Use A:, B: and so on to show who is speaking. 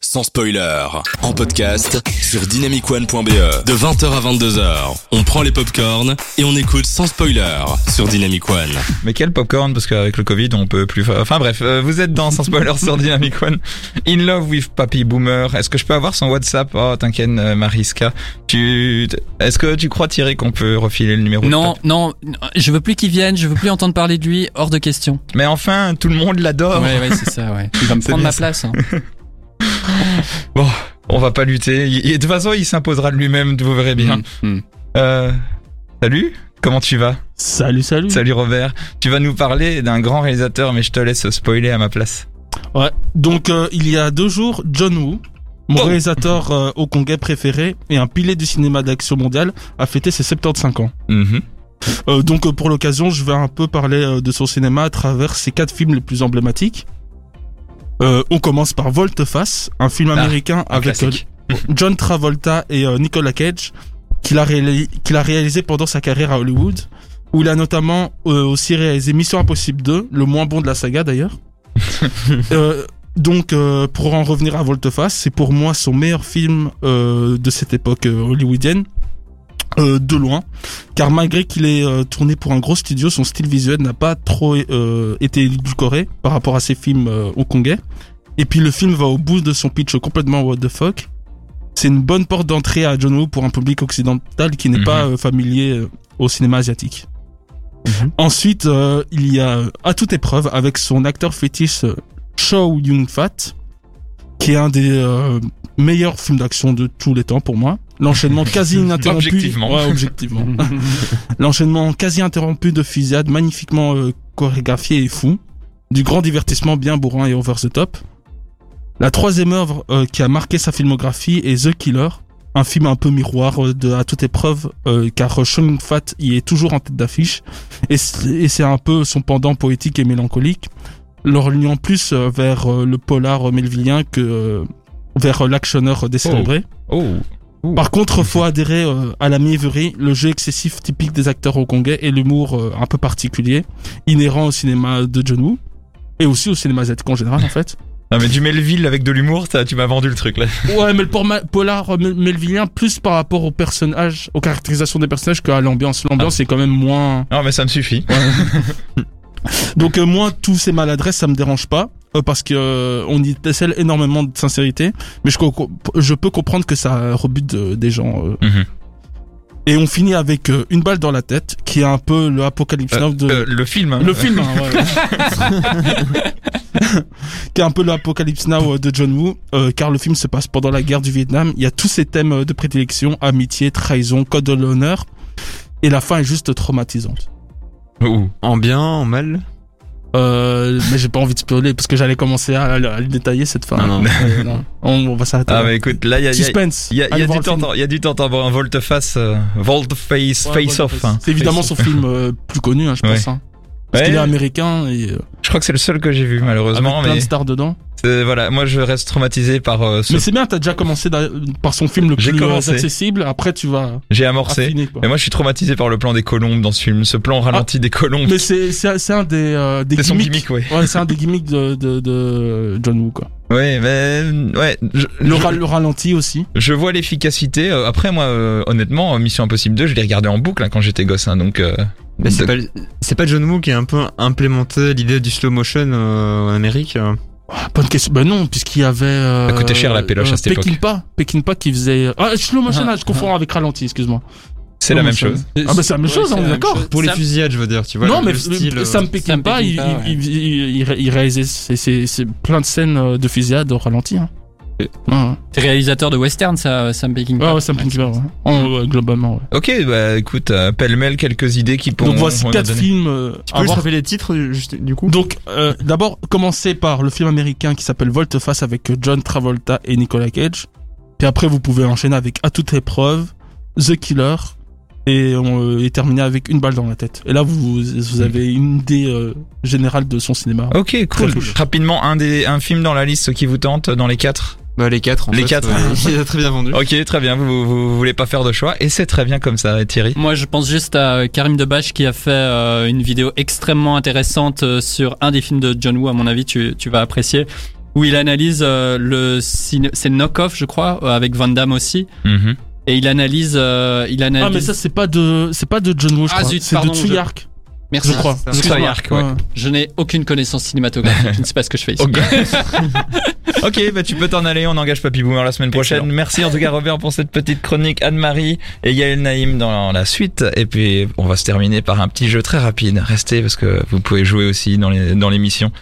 A: sans spoiler. En podcast sur dynamicone.be. E. De 20h à 22h, on prend les popcorns et on écoute sans spoiler sur Dynamic One.
B: Mais quel popcorn parce qu'avec le Covid on peut plus. fa- Enfin bref, euh, vous êtes dans sans spoiler sur Dynamic One. In love with Papi Boomer. Est-ce que je peux avoir son WhatsApp Oh t'inquiète euh, Mariska. Tu est-ce que tu crois Thierry qu'on peut refiler le numéro de
C: Non,
B: Papi
C: non, non, je veux plus qu'il vienne, je veux plus entendre parler de lui, hors de question.
B: Mais enfin tout le monde
D: Ah
B: l'adore.
C: Ouais, ouais, c'est ça, ouais. Il va me
B: C'est
C: prendre
B: bien
C: ma
B: ça.
C: place. hein.
B: Bon, on va pas lutter. Il- il- de toute façon il s'imposera de lui-même. Vous verrez bien.
C: Mm, mm.
B: Euh, salut. Comment tu vas
D: Salut,
C: Mm.
D: salut.
B: Salut Robert. Tu vas nous parler d'un grand réalisateur, mais je te laisse spoiler à ma place.
D: Ouais. Donc, euh, il y a deux jours, John Woo, mon
B: Oh.
D: réalisateur euh, hongkongais préféré et un pilier du cinéma d'action mondial, a fêté ses 75 ans.
B: Mhm.
D: Euh, donc, euh, pour l'occasion, je vais un peu parler euh, de son cinéma à travers ses quatre films les plus emblématiques. Euh, on commence par Volteface, un film
B: Ah,
D: américain
B: Un
D: avec euh,
B: classique.
D: John Travolta et euh, Nicolas Cage, qu'il a, réali- qu'il a réalisé pendant sa carrière à Hollywood, où il a notamment euh, aussi réalisé Mission Impossible 2, le moins bon de la saga d'ailleurs. Euh, donc, euh, pour en revenir à Volteface, c'est pour moi son meilleur film euh, de cette époque euh, hollywoodienne. euh, de loin, car malgré qu'il ait euh, tourné pour un gros studio, son style visuel n'a pas trop euh, été édulcoré par rapport à ses films euh, hongkongais. Et puis le film va au bout de son pitch complètement what the fuck, c'est une bonne porte d'entrée à John Woo pour un public occidental qui n'est
B: Mhm.
D: pas euh, familier euh, au cinéma asiatique. Ensuite, euh, il y a euh, à toute épreuve avec son acteur fétiche euh, Chow Yun-fat, qui est un des euh, meilleurs films d'action de tous les temps pour moi. L'enchaînement quasi ininterrompu.
B: Objectivement.
D: Ouais, objectivement. L'enchaînement quasi interrompu de fusillades magnifiquement euh, chorégraphié et fou. Du grand divertissement bien bourrin et over the top. La troisième œuvre euh, qui a marqué sa filmographie est The Killer, un film un peu miroir euh, de à toute épreuve, euh, car Shung Fat y est toujours en tête d'affiche, et c'est et c'est un peu son pendant poétique et mélancolique, le reliant plus euh, vers euh, le polar euh, melvillien que euh, vers euh, l'actionneur décélébré.
B: Oh. Oh.
D: Par contre, faut adhérer euh, à la mièvrerie, le jeu excessif typique des acteurs hongkongais et l'humour euh, un peu particulier, inhérent au cinéma de John Woo, et aussi au cinéma asiatique en général en fait.
B: Non mais du Melville avec de l'humour, ça, tu m'as vendu le truc là.
D: Ouais, mais le porma- polar euh, mel- melvillien, plus par rapport aux personnages, aux caractérisations des personnages qu'à l'ambiance. L'ambiance est quand même moins.
B: Non mais ça me suffit.
D: Donc, euh, moi, tous ces maladresses, ça me dérange pas. euh, parce que euh, on y décèle énormément de sincérité, mais je, co- je peux comprendre que ça rebute euh, des gens. euh.
B: Mhm.
D: Et on finit avec euh, une balle dans la tête, qui est un peu le apocalypse Now de
B: Euh, le film. hein.
D: le film, hein, ouais, ouais. qui est un peu l'Apocalypse Now euh, de John Woo, euh, car le film se passe pendant la guerre du Vietnam. Il y a tous ces thèmes euh, de prédilection, amitié, trahison, code de l'honneur, et la fin est juste traumatisante.
B: Ouh.
E: En bien, en mal
D: Euh, mais j'ai pas envie de spoiler parce que j'allais commencer à, à- à le détailler cette fin.
E: Non, non.
D: Euh, non. On, on va s'arrêter.
B: Ah
D: là.
B: bah écoute, là il y a, il y a-
D: Suspense.
B: il y a- il y
D: Allez
B: a
D: voir
B: du
D: le film.
B: temps, il y a du temps, bon, un volte-face, euh, volte-face,
D: Ouais,
B: face-off. hein.
D: C'est évidemment son film euh, plus connu, hein, je pense. hein. Parce
B: Ouais,
D: qu'il est américain et euh,
B: Je crois que c'est le seul que j'ai vu malheureusement,
D: avec plein
B: mais
D: de stars dedans.
B: c'est- voilà, moi je reste traumatisé par euh, ce.
D: Mais c'est bien, t'as déjà commencé d'a- par son film le
B: J'ai
D: plus euh,
B: commencé.
D: accessible. Après, tu vas
B: J'ai amorcé.
D: affiner. Quoi.
B: Mais moi je suis traumatisé par le plan des colombes dans ce film, ce plan ralenti des colombes.
D: Mais c'est c'est c'est un des euh, des
B: C'est son
D: gimmicks.
B: gimmick, ouais.
D: Ouais, c'est un des gimmicks de de, de John Woo quoi.
B: Ouais, mais euh, ouais. je-
D: Le,
B: je-
D: ra- le ralenti aussi.
B: Je vois l'efficacité. Euh, Après, moi, euh, honnêtement, euh, Mission Impossible 2, je l'ai regardé en boucle hein, quand j'étais gosse. Hein, donc, euh,
E: Mais c'est
B: de-
E: pas, le- c'est pas John Woo qui a un peu implémenté l'idée du slow motion euh, en Amérique. euh.
D: Ah, Bonne question. Ben non, puisqu'il y avait. Euh,
B: Ça coûtait cher, la péloche, à cette époque.
D: Pekin pas, Pekin pas qui faisait. Ah, slow motion,
C: Ah,
D: ah, je confonds avec ralenti, excuse-moi.
B: c'est la
D: Slow
B: même
D: motion.
B: chose.
D: Ah bah c'est la même
C: Ouais,
D: chose,
C: c'est
D: on
C: la
D: est
C: même
D: d'accord.
C: chose.
E: Pour les
C: Sam-
E: fusillades, je veux dire, tu vois.
D: non,
E: le,
D: mais
E: le style.
D: le-
E: euh,
D: Sam Pekin
C: Sam
D: pas, il,
C: Peckinpah,
D: il, il- il- il réalisait c'est- c'est- c'est plein de scènes euh, de fusillade au ralenti. Hein.
E: Et-
D: Ouais,
C: C'est réalisateur de western, ça, euh, Sam Peckinpah.
D: ouais, ouais, Sam Peckinpah, ouais. En- ouais, globalement. Ouais.
B: Ok, bah écoute, euh, pêle-mêle quelques idées qui pourront.
D: Donc voici
B: pourront
D: quatre
B: nous donner.
D: films euh,
E: Tu
D: à
E: peux juste
D: voir
E: rappeler les titres euh, juste, du coup
D: Donc, euh, d'abord, commencez par le film américain qui s'appelle Volteface avec John Travolta et Nicolas Cage. Puis après, vous pouvez enchaîner avec À toute épreuve, The Killer, et, on, et terminer avec Une balle dans la tête. Et là, vous, vous avez une idée euh, générale de son cinéma.
B: Ok, cool.
D: Très cool.
B: Rapidement, un des un film dans la liste qui vous tente dans les quatre.
E: Bah, les quatre en
B: Les
E: fait,
B: quatre.
E: euh, il a très bien vendu.
B: Ok, très bien. Vous, vous, vous voulez pas faire de choix et c'est très bien comme ça, Thierry.
C: Moi, je pense juste à euh, Karim Debache qui a fait euh, une vidéo extrêmement intéressante euh, sur un des films de John Woo. À mon avis, tu, tu vas apprécier. où il analyse euh, le ciné- c'est Knockoff je crois euh, avec Van Damme aussi
B: Mhm.
C: et il analyse euh, il analyse
D: Ah mais ça c'est pas de c'est pas de John Woo je
C: Ah,
D: crois.
C: zut,
D: c'est de
C: pardon, je-
D: Tsuyark
C: merci
D: je crois.
E: ça.
D: Excuse-moi.
B: Tsuyark, ouais.
C: je n'ai aucune connaissance cinématographique je ne sais pas ce que je fais ici
B: Ok. ok, bah tu peux t'en aller, on engage Papy Boomer la semaine prochaine. Merci en tout cas Robert pour cette petite chronique. Anne-Marie et Yael Naïm dans la suite. Et puis on va se terminer par un petit jeu très rapide. Restez parce que vous pouvez jouer aussi dans les- dans l'émission.